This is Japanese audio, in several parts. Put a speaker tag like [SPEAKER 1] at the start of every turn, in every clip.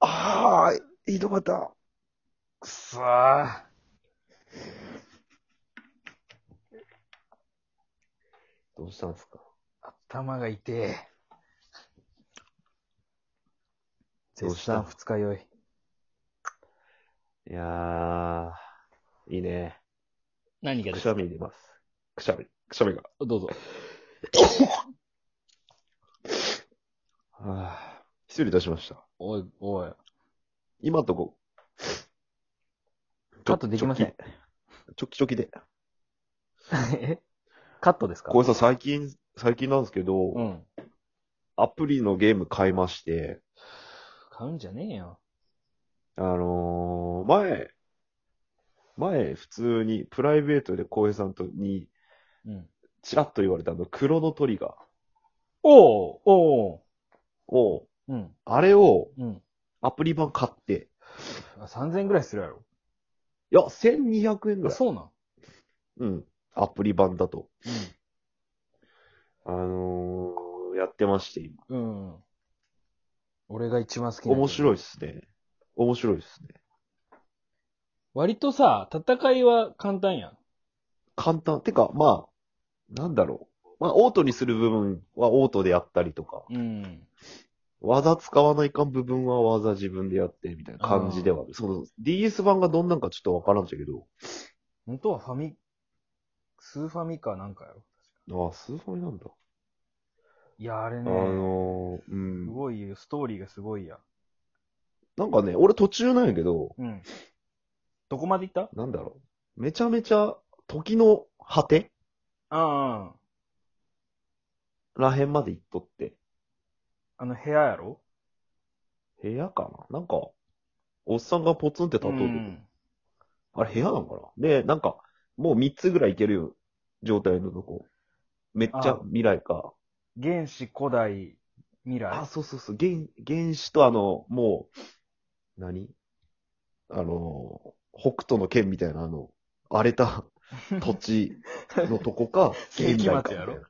[SPEAKER 1] はあ、井戸端。
[SPEAKER 2] くそー。
[SPEAKER 3] どうしたんですか
[SPEAKER 2] 頭が痛え。
[SPEAKER 3] どう
[SPEAKER 2] 絶
[SPEAKER 3] した
[SPEAKER 2] 賛二日酔い。
[SPEAKER 3] いやー、いいね。
[SPEAKER 4] 何が
[SPEAKER 3] く
[SPEAKER 4] です
[SPEAKER 3] しゃみ出ます。くしゃみ。くしゃみが。
[SPEAKER 4] どうぞ。
[SPEAKER 3] はあ、失礼いたしました。
[SPEAKER 2] おい、おい。
[SPEAKER 3] 今んとこ。
[SPEAKER 2] カットできません。
[SPEAKER 3] ちょきちょきで。
[SPEAKER 2] えカットですか
[SPEAKER 3] これさ、最近、最近なんですけど、
[SPEAKER 2] うん。
[SPEAKER 3] アプリのゲーム買いまして、
[SPEAKER 2] 買うんじゃねえよ。
[SPEAKER 3] あのー、前、前、普通に、プライベートで浩平さんとに、
[SPEAKER 2] うん。
[SPEAKER 3] ちらっと言われたあの、クロノトリガ
[SPEAKER 2] おうおう
[SPEAKER 3] ーを、
[SPEAKER 2] うん。
[SPEAKER 3] あれを
[SPEAKER 2] うん。
[SPEAKER 3] アプリ版買って、
[SPEAKER 2] あ3000円ぐらいするやろ。
[SPEAKER 3] いや、1200円ぐら
[SPEAKER 2] あ
[SPEAKER 3] い。
[SPEAKER 2] そうなん。
[SPEAKER 3] うん。アプリ版だと。
[SPEAKER 2] う
[SPEAKER 3] あ
[SPEAKER 2] ん。
[SPEAKER 3] のー、やってまして、今。
[SPEAKER 2] うん。俺が一番好きな。
[SPEAKER 3] 面白い
[SPEAKER 2] い。
[SPEAKER 3] っすね。面白いっすね。
[SPEAKER 4] 割とさ、戦いは簡単やん。
[SPEAKER 3] 簡単。てか、まあ、なんだろう。まあ、オートにする部分はオートでやったりとか、
[SPEAKER 4] うん。
[SPEAKER 3] 技使わないかん部分は技自分でやって、みたいな感じではある。その、DS 版がどんなんかちょっとわからんじゃけど、
[SPEAKER 2] 本当はファミ、スーファミかなんかやろ。
[SPEAKER 3] ああ、スーファミなんだ。
[SPEAKER 2] いや、あれ
[SPEAKER 3] あ
[SPEAKER 2] ね。
[SPEAKER 3] のー、う
[SPEAKER 2] す
[SPEAKER 3] ん。
[SPEAKER 2] ごいよ、ストーリーがすごいや。
[SPEAKER 3] なんかね、俺途中なんやけど、
[SPEAKER 2] うん。どこまで行った
[SPEAKER 3] なんだろう。めちゃめちゃ、時の果て
[SPEAKER 2] ああ、
[SPEAKER 3] らへんまで行っとって。
[SPEAKER 2] あの部屋やろ
[SPEAKER 3] 部屋かななんか、おっさんがポツンって立っとる。
[SPEAKER 2] うん
[SPEAKER 3] あれ部屋なのかなで、なんか、もう3つぐらいいけるよ状態のとこ。めっちゃ
[SPEAKER 2] あ
[SPEAKER 3] 未来か。
[SPEAKER 2] 原始、古代、未
[SPEAKER 3] あ
[SPEAKER 2] 来。
[SPEAKER 3] そうそうそう。原、原始とあの、もう、何あの、北斗の剣みたいなあの、荒れ た土地のとこか、
[SPEAKER 2] 世紀
[SPEAKER 3] 現
[SPEAKER 2] 末
[SPEAKER 3] 代かみた
[SPEAKER 2] や
[SPEAKER 3] いな
[SPEAKER 2] ろ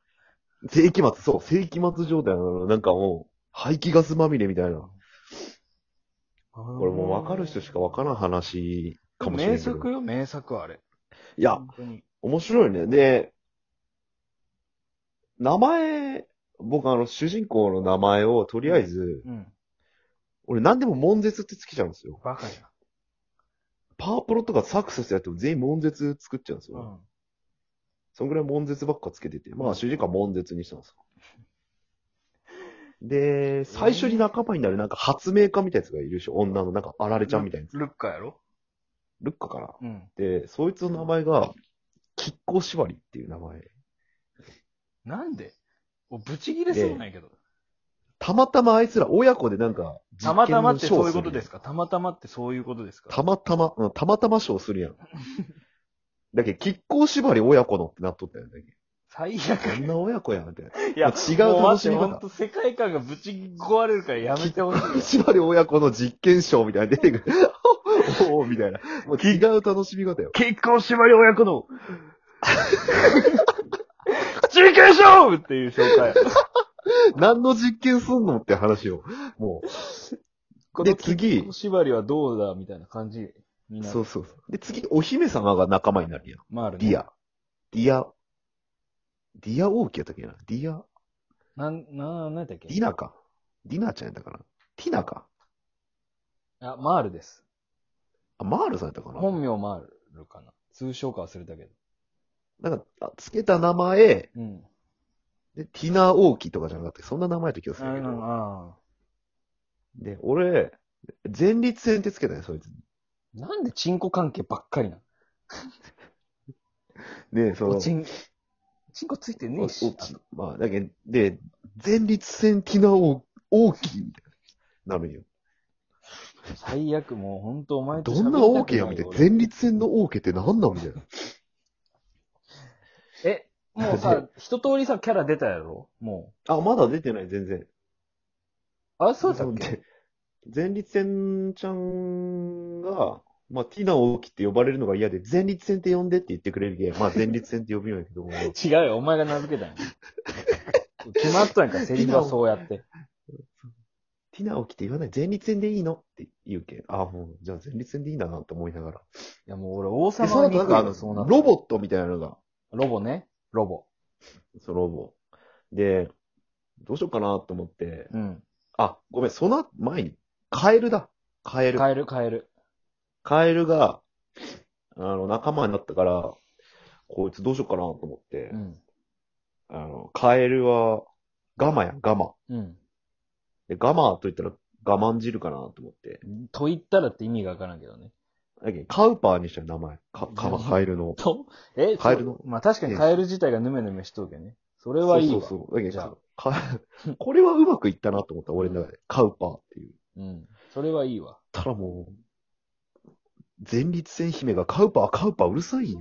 [SPEAKER 3] 世紀末、そう、世紀末状態なの。なんかもう、排気ガスまみれみたいな。こ
[SPEAKER 2] こ
[SPEAKER 3] れもう分かる人しか分からん話かもしれない。
[SPEAKER 2] 名作よ、名作あれ。
[SPEAKER 3] いや、
[SPEAKER 2] 本当に。
[SPEAKER 3] 面白いね。で、名前、僕あの、主人公の名前をとりあえず、
[SPEAKER 2] うん。
[SPEAKER 3] 俺何でも悶絶ってつけちゃうんですよ。
[SPEAKER 2] バカじ
[SPEAKER 3] パワープロとかサクセスやっても全員悶絶作っちゃうんです
[SPEAKER 2] ゃん。
[SPEAKER 3] よ。
[SPEAKER 2] うん。
[SPEAKER 3] そんぐらい悶絶ばっかつけてて、まあ主人公は悶絶にしたん ですよ。で、最初に仲間になるなんか発明家みたいなやつがいるでしょ。女のなんかあられちゃんみたいなやつ。
[SPEAKER 2] ルッカやろ
[SPEAKER 3] ルッカかな。
[SPEAKER 2] うん。
[SPEAKER 3] で、そいつの名前が、キッコー縛りっていう名前。
[SPEAKER 2] なんでおぶち切れそうなんやけど。
[SPEAKER 3] たまたまあいつら親子でなんか、
[SPEAKER 2] たまたまってそういうこと
[SPEAKER 3] する
[SPEAKER 2] ですかたまたまってそういうことですか
[SPEAKER 3] たまたま、うん、たまたま賞する やん。だけど、亀甲縛り親子のってなっとったよね。
[SPEAKER 2] 最
[SPEAKER 3] こん
[SPEAKER 2] 悪。
[SPEAKER 3] な親子やん、みたいな。
[SPEAKER 2] いや、
[SPEAKER 3] 違う
[SPEAKER 2] もう
[SPEAKER 3] 楽し
[SPEAKER 2] 待っ
[SPEAKER 3] み
[SPEAKER 2] て、ほん
[SPEAKER 3] 方。
[SPEAKER 2] と世界観がぶち壊れるからやめてほしい。
[SPEAKER 3] 亀甲縛り親子の実験賞みたいなの出てくる。 おおみたいな。もう違う楽しみ方よ。
[SPEAKER 2] 結婚縛り親子の、中継勝負っていう紹介。
[SPEAKER 3] 何の実験すんのって話を。もう。で、次
[SPEAKER 2] 結婚、縛りはどうだみたいな感じになる。
[SPEAKER 3] そうそうそう。で、次、お姫様が仲間になるやん。
[SPEAKER 2] まあ、ある
[SPEAKER 3] デ
[SPEAKER 2] ね。
[SPEAKER 3] ィア。ディア。ディア王家やったっけな。ディア。
[SPEAKER 2] なん、な、なんだっけ
[SPEAKER 3] ディナか。ディナちゃんやったかな。ティナか。
[SPEAKER 2] あ、マールです。
[SPEAKER 3] あ、マールさんやったかな。
[SPEAKER 2] 本名マールかな。通称化はするだけど。
[SPEAKER 3] なんか、あつけた名前、
[SPEAKER 2] うん。
[SPEAKER 3] で、ティナオーキとかじゃなくて、そんな名前やった気がす
[SPEAKER 2] あ
[SPEAKER 3] るけど。
[SPEAKER 2] あ。
[SPEAKER 3] で、俺、前立腺ってつけたよ、そいつ。
[SPEAKER 2] なんでチンコ関係ばっかりな
[SPEAKER 3] で、そ
[SPEAKER 2] の
[SPEAKER 3] の、
[SPEAKER 2] おチン、チンコついてねえ
[SPEAKER 3] お
[SPEAKER 2] し
[SPEAKER 3] お。ちまあ、だけどで、前立腺ティナオーオーキみたいな。なるんよ。
[SPEAKER 2] 最悪、もうほんとお前と
[SPEAKER 3] どんなオーケやみ
[SPEAKER 2] み
[SPEAKER 3] た
[SPEAKER 2] た
[SPEAKER 3] い
[SPEAKER 2] い
[SPEAKER 3] な。
[SPEAKER 2] な
[SPEAKER 3] 前立腺のオーケって何なんみたいな。
[SPEAKER 2] え、もうさ、一通りさ、キャラ出たやろも
[SPEAKER 3] あ、まだ出てない、全然。
[SPEAKER 2] う。あ、そうだっけ
[SPEAKER 3] で前立腺ちゃんが、まあ、ティナオーキって呼ばれるのが嫌で、前立腺って呼んでって言ってくれるけん、まあ、前立腺って呼ぶんやけども。
[SPEAKER 2] 違うよ、お前が名付けたんや。決まったんか、セリフはそうやって。
[SPEAKER 3] テきな青きって言わない。前立腺でいいのって言うけ。ああ、もう、じゃあ前立腺でいいんだなって思いながら。
[SPEAKER 5] いや、もう俺、王
[SPEAKER 3] で、そ
[SPEAKER 5] 様
[SPEAKER 3] の
[SPEAKER 5] に行
[SPEAKER 3] 後なん
[SPEAKER 5] く
[SPEAKER 3] かあ
[SPEAKER 5] よ、
[SPEAKER 3] の
[SPEAKER 5] そうな、
[SPEAKER 3] ロボットみたいなのが、
[SPEAKER 5] ロボね。ロボ。
[SPEAKER 3] そのロボ。で、どうしようかなと思って、
[SPEAKER 5] うん。
[SPEAKER 3] あ、ごめん、その前に、カエルだ。カエル。
[SPEAKER 5] カエル、カエル。
[SPEAKER 3] カエルが、あの、仲間になったから、こいつどうしようかなと思って、
[SPEAKER 5] うん。
[SPEAKER 3] あの、カエルは、ガマやん、ガマ。
[SPEAKER 5] うん。
[SPEAKER 3] で、ガマと言ったら、我慢汁かなと思って。
[SPEAKER 2] と言ったらって意味がわからんけどね。
[SPEAKER 3] だけどカウパーにしたよ、名前。カ、カマ、カエルの。
[SPEAKER 2] とえ
[SPEAKER 3] カエルの
[SPEAKER 2] そうまあ確かにカエル自体がヌメヌメしとるけどね。それはいいわ。
[SPEAKER 3] そうそうそう。だけ
[SPEAKER 2] じゃあ
[SPEAKER 3] ど、かこれはうまくいったなと思った、俺の中で。カウパーっていう。
[SPEAKER 2] うん。それはいいわ。
[SPEAKER 3] たらもう、前立腺姫がカウパー、カウパーうるさいよ。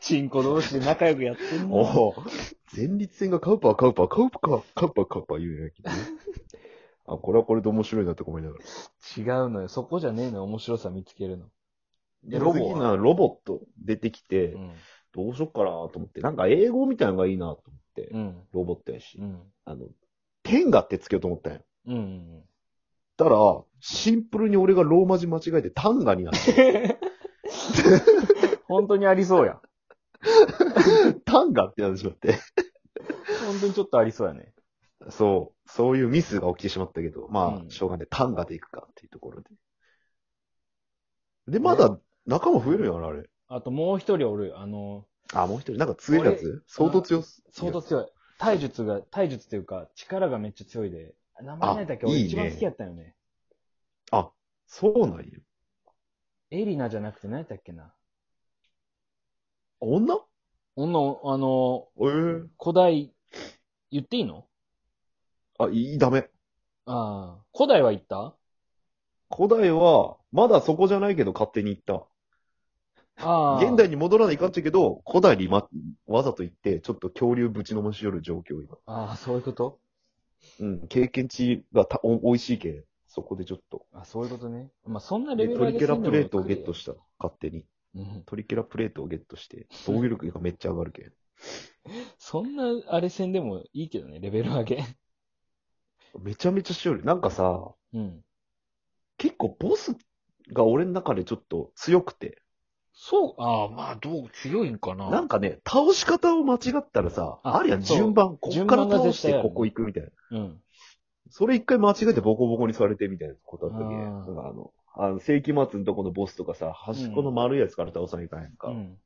[SPEAKER 2] チンコ同士で仲良くやってんの。
[SPEAKER 3] おう前立腺がカウパー、カウパー、カウパー、カウパー、カウパー言うんやけどね。あ、これはこれで面白いなとか思いながら。
[SPEAKER 2] 違うのよ。そこじゃねえのよ面白さ見つけるの。
[SPEAKER 3] で、
[SPEAKER 2] ロ
[SPEAKER 3] ロ
[SPEAKER 2] ボは
[SPEAKER 3] ボなロボット出てきて、
[SPEAKER 2] うん。
[SPEAKER 3] どうしよっかなと思って、なんか英語みたいなのがいいなと思って、
[SPEAKER 2] うん。
[SPEAKER 3] ロボットやし
[SPEAKER 2] う。ん。
[SPEAKER 3] あの、テンガってつけようと思ったんや。
[SPEAKER 2] うんうん
[SPEAKER 3] たら、シンプルに俺がローマ字間違えてタンガになって、
[SPEAKER 2] うん。本当にありそうや。
[SPEAKER 3] タンガってなってしまって。
[SPEAKER 2] 本当にちょっとありそうやね。
[SPEAKER 3] そう、そういうミスが起きてしまったけど、まあ、
[SPEAKER 2] うん
[SPEAKER 3] しょうがない。タンガでいくかっていうところで。で、まだ仲間増えるよな、あれ。
[SPEAKER 2] あともう一人おる。あの、
[SPEAKER 3] あ、もう一人、なんか強いやつ相当強す。
[SPEAKER 2] 相当強い。体術が、体術というか、力がめっちゃ強いで。名前ないだっけ
[SPEAKER 3] あ
[SPEAKER 2] 俺
[SPEAKER 3] いいね
[SPEAKER 2] 一番好きやったよね。
[SPEAKER 3] そうなんよ。
[SPEAKER 2] エリナじゃなくて何やったっけな。
[SPEAKER 3] 女
[SPEAKER 2] 女、あの、
[SPEAKER 3] ええ
[SPEAKER 2] 古代、言っていいの
[SPEAKER 3] あ、いい、ダメ。
[SPEAKER 2] ああ。古代は言った
[SPEAKER 3] 古代は、まだそこじゃないけど勝手に行った。
[SPEAKER 2] ああ。
[SPEAKER 3] 現代に戻らないかんちゃけど、古代に、ま、わざと行って、ちょっと恐竜ぶちのましよる状況、今。
[SPEAKER 2] ああ、そういうこと
[SPEAKER 3] うん、経験値がたお美味しいけ。そこでちょっと。
[SPEAKER 2] あそういうことね。まあ、そんなレ
[SPEAKER 3] で
[SPEAKER 2] ベル
[SPEAKER 3] ト
[SPEAKER 2] 上
[SPEAKER 3] リ
[SPEAKER 2] げ
[SPEAKER 3] ケ
[SPEAKER 2] す
[SPEAKER 3] ラ
[SPEAKER 2] んで
[SPEAKER 3] プ
[SPEAKER 2] も
[SPEAKER 3] レートをゲットした。勝手に。
[SPEAKER 2] うん
[SPEAKER 3] トリケラプレートをゲットして、防御力がめっちゃ上がるけ。
[SPEAKER 2] そんな、あれ戦でもいいけどね、レベル上げ。
[SPEAKER 3] めちゃめちゃしよる。なんかさ、
[SPEAKER 2] うん。
[SPEAKER 3] 結構ボスが俺の中でちょっと強くて。
[SPEAKER 2] そう、ああ、まあ、どう、強いんかな
[SPEAKER 3] なんかね、倒し方を間違ったらさ、
[SPEAKER 2] あ
[SPEAKER 3] あるやん、
[SPEAKER 2] そう
[SPEAKER 3] 順番、こっ
[SPEAKER 2] 順
[SPEAKER 3] か
[SPEAKER 2] 番
[SPEAKER 3] ら
[SPEAKER 2] が
[SPEAKER 3] 倒
[SPEAKER 2] 絶
[SPEAKER 3] し
[SPEAKER 2] 対
[SPEAKER 3] て
[SPEAKER 2] ある
[SPEAKER 3] ここ行くみたいな。
[SPEAKER 2] うん。
[SPEAKER 3] それ一回間違えてボコボコにされてみたいなことあったけ
[SPEAKER 2] あー
[SPEAKER 3] なんかあの、あの、世紀末のとこのボスとかさ、端っこの丸いやつから倒さないかんやんか。
[SPEAKER 2] うん。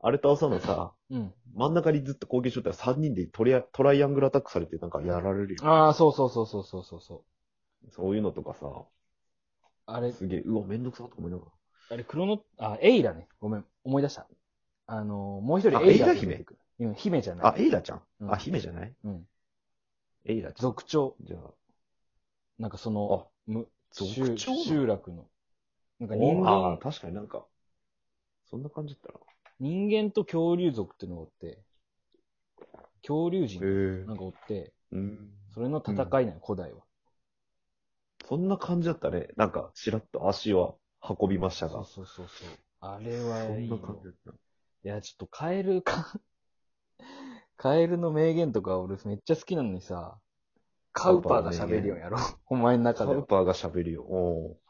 [SPEAKER 3] あれ倒さなさ、
[SPEAKER 2] うん。
[SPEAKER 3] 真ん中にずっと攻撃しとったら3人でトリアトライアングルアタックされてなんかやられるよ。
[SPEAKER 2] ああ、そうそうそうそうそうそうそう。
[SPEAKER 3] そういうのとかさ、
[SPEAKER 2] あれ、
[SPEAKER 3] すげえ、うわ、めんどくさとか思いながら。
[SPEAKER 2] あれ、クロノ、あ、エイラね。ごめん、思い出した。あのー、もう一人
[SPEAKER 3] あ
[SPEAKER 2] エイラ。
[SPEAKER 3] エイラ姫
[SPEAKER 2] 出てくる。うん、姫じゃない。
[SPEAKER 3] あ、エイラちゃん、
[SPEAKER 2] うん
[SPEAKER 3] あ、姫じゃない
[SPEAKER 2] うん。
[SPEAKER 3] エイラちゃん。
[SPEAKER 2] 族長。
[SPEAKER 3] じゃあ、
[SPEAKER 2] なんかその、む、
[SPEAKER 3] 族
[SPEAKER 2] 集
[SPEAKER 3] 長なの
[SPEAKER 2] 集落の。なんか人
[SPEAKER 3] おあー、、
[SPEAKER 2] 間
[SPEAKER 3] 確かになんか、そんな感じだったな。
[SPEAKER 2] 人間と恐竜族っていうのがおって、恐竜人
[SPEAKER 3] へ
[SPEAKER 2] なんかおって、
[SPEAKER 3] え。うん。
[SPEAKER 2] それの戦いなんよ、古代は。
[SPEAKER 3] そんな感じだったね。なんか、しらっと足は運びました
[SPEAKER 2] そう
[SPEAKER 3] が。
[SPEAKER 2] そうそうそう。あれは
[SPEAKER 3] そん
[SPEAKER 2] いい
[SPEAKER 3] な
[SPEAKER 2] よ
[SPEAKER 3] 感じだった。
[SPEAKER 2] いや、ちょっとカエルか、 カエルの名言とか俺めっちゃ好きなのにさ、カウパーが喋るようやろ。お前の
[SPEAKER 3] カ
[SPEAKER 2] 中で
[SPEAKER 3] ウ
[SPEAKER 2] は。
[SPEAKER 3] パーが喋るよ。おー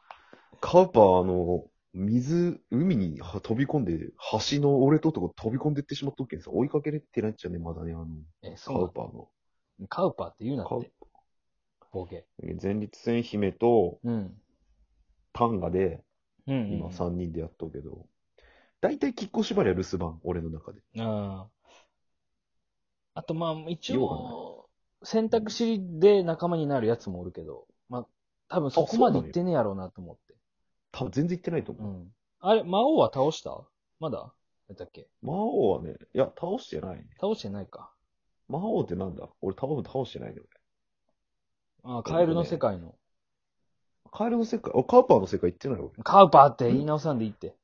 [SPEAKER 3] カウパー、あの、水、海には飛び込んで、橋の俺ととこ飛び込んでってしまっとっけんさ、追いかけれてないっちゃね、まだね、あの、
[SPEAKER 2] え、
[SPEAKER 3] カ
[SPEAKER 2] そ
[SPEAKER 3] ウパーの。
[SPEAKER 2] う。カウパーって言うなっ
[SPEAKER 3] カウ
[SPEAKER 2] て、ボケ。
[SPEAKER 3] 前立腺姫と
[SPEAKER 2] うん。
[SPEAKER 3] タンガで、
[SPEAKER 2] うん、うん。
[SPEAKER 3] 今3人でやっとうけど、大体きっこ縛りは留守番、俺の中で。
[SPEAKER 2] ああ。あと、まあ、一
[SPEAKER 3] 用
[SPEAKER 2] 応、選択肢で仲間になるやつもおるけど、まあ、多分そこまで行ってねえやろうなと思って。
[SPEAKER 3] 多分全然行ってないと
[SPEAKER 2] う
[SPEAKER 3] 思う。
[SPEAKER 2] ん。あれ、魔王は倒したまだやったっけ
[SPEAKER 3] 魔王はね、いや、倒してないね。
[SPEAKER 2] 倒してないか。
[SPEAKER 3] 魔王ってなんだ俺多分倒してないね、俺。
[SPEAKER 2] ああ、カエルの世界の。
[SPEAKER 3] カエルの世界、あ、カーパーの世界行ってない俺。
[SPEAKER 2] カウパーって言い直さんでいいって。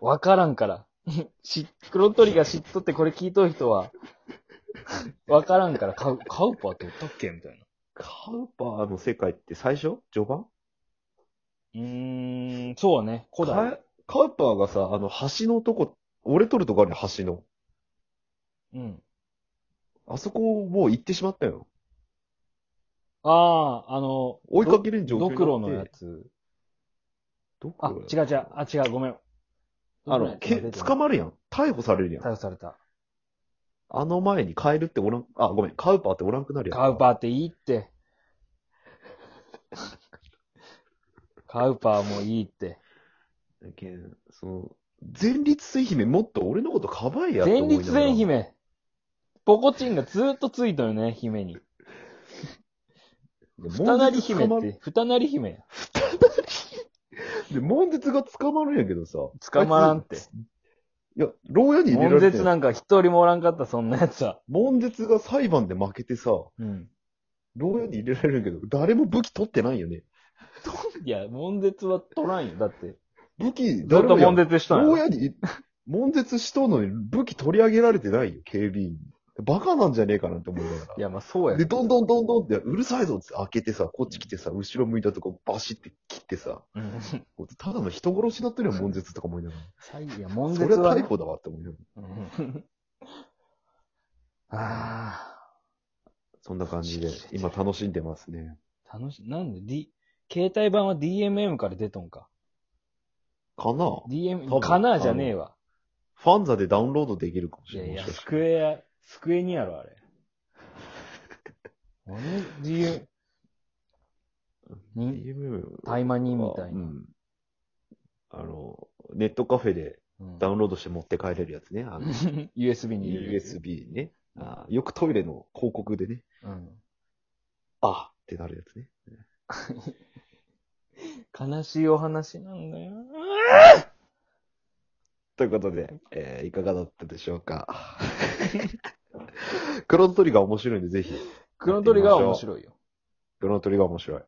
[SPEAKER 2] わからんから。 し、黒鳥が知っとってこれ聞いとる人は、わからんから、カウ、カウパーって言ったっけみたいな。
[SPEAKER 3] カウパーの世界って最初序盤
[SPEAKER 2] うーん、そうね。古
[SPEAKER 3] カ
[SPEAKER 2] 代。
[SPEAKER 3] ウカウパーがさ、あの、橋のとこ、俺取るとこあるね、橋の。
[SPEAKER 2] うん。
[SPEAKER 3] あそこもう行ってしまったよ。
[SPEAKER 2] ああ、あの、
[SPEAKER 3] 追いかける状況にな
[SPEAKER 2] ド
[SPEAKER 3] って
[SPEAKER 2] クロのやつ。
[SPEAKER 3] どこ
[SPEAKER 2] あ、違う違う、あ、違う、ごめん。
[SPEAKER 3] あ
[SPEAKER 2] ドクロ
[SPEAKER 3] の、
[SPEAKER 2] やつ
[SPEAKER 3] け、
[SPEAKER 2] が出て
[SPEAKER 3] 捕まるやん。逮捕されるやん。
[SPEAKER 2] 逮捕された。
[SPEAKER 3] あの前にカエルっておらん、あ、ごめん、カウパーっておらんくなるやん。
[SPEAKER 2] カウパーっていいって。カウパーもいいって。
[SPEAKER 3] だけんその、前立腺姫もっと俺のことかばいやって思いながら
[SPEAKER 2] 前立腺。姫。ポコチンがずーっとついとるね、姫に。
[SPEAKER 3] で
[SPEAKER 2] ふたなり姫
[SPEAKER 3] モ
[SPEAKER 2] っ
[SPEAKER 3] ンズ
[SPEAKER 2] て、ふたなり姫や。
[SPEAKER 3] 捕まで、モンゼツが捕まるんやけどさ。
[SPEAKER 2] 捕まらんって
[SPEAKER 3] あいつ。いや、牢屋に入れら
[SPEAKER 2] 悶
[SPEAKER 3] れて
[SPEAKER 2] 絶。なんか一人もおらんかった、そんなやつは。
[SPEAKER 3] モンゼツが裁判で負けてさ、
[SPEAKER 2] うん。
[SPEAKER 3] 牢屋に入れられるんやけど、誰も武器取ってないよね。
[SPEAKER 2] いや、悶絶は取らんよ。だって。
[SPEAKER 3] 武器、
[SPEAKER 2] ずっと悶
[SPEAKER 3] 絶
[SPEAKER 2] 絶したん
[SPEAKER 3] 牢
[SPEAKER 2] や。
[SPEAKER 3] 屋に、悶絶しとんのに武器取り上げられてないよ、警備員。バカなんじゃねえかなって思いながら
[SPEAKER 2] い。や、まあそうや
[SPEAKER 3] で、。どんどんどんどんって、うるさいぞって開けてさ、こっち来てさ、後ろ向いたとこバシって切ってさ、
[SPEAKER 2] うん
[SPEAKER 3] ただの人殺しになってるよ、悶絶とか思いなが
[SPEAKER 2] 最いや、
[SPEAKER 3] ら。
[SPEAKER 2] 悶
[SPEAKER 3] そ
[SPEAKER 2] 絶
[SPEAKER 3] れは
[SPEAKER 2] はね、
[SPEAKER 3] 逮捕だわって思いながら。
[SPEAKER 2] うん あ
[SPEAKER 3] そんな感じで、今楽しんでますね。
[SPEAKER 2] あ、楽しい。なんで、D、携帯版は DMM から出とんか。
[SPEAKER 3] かなフ
[SPEAKER 2] DM、
[SPEAKER 3] 分
[SPEAKER 2] かなじゃねえわ。
[SPEAKER 3] ァンザでダウンロードできるかもし
[SPEAKER 2] い
[SPEAKER 3] れない。
[SPEAKER 2] やいや、
[SPEAKER 3] もしかし
[SPEAKER 2] ス
[SPEAKER 3] て
[SPEAKER 2] クエア、スクエニやろ、あれ。何 ?DM、に、
[SPEAKER 3] DMM
[SPEAKER 2] タイマニみたいな。
[SPEAKER 3] うんあの、ネットカフェで
[SPEAKER 2] うん
[SPEAKER 3] ダウンロードして持って帰れるやつね。あの
[SPEAKER 2] USB に入れるやつ。
[SPEAKER 3] USB ねあ。よくトイレの広告でね、
[SPEAKER 2] うん。
[SPEAKER 3] あってなるやつね。
[SPEAKER 2] 悲しいお話なんだよ。
[SPEAKER 3] ということで、えーいかがだったでしょうか。 クロノトリガー面白いんで、ぜひ。
[SPEAKER 2] クロノトリガーは面白いよ。
[SPEAKER 3] クロノトリガー面白い。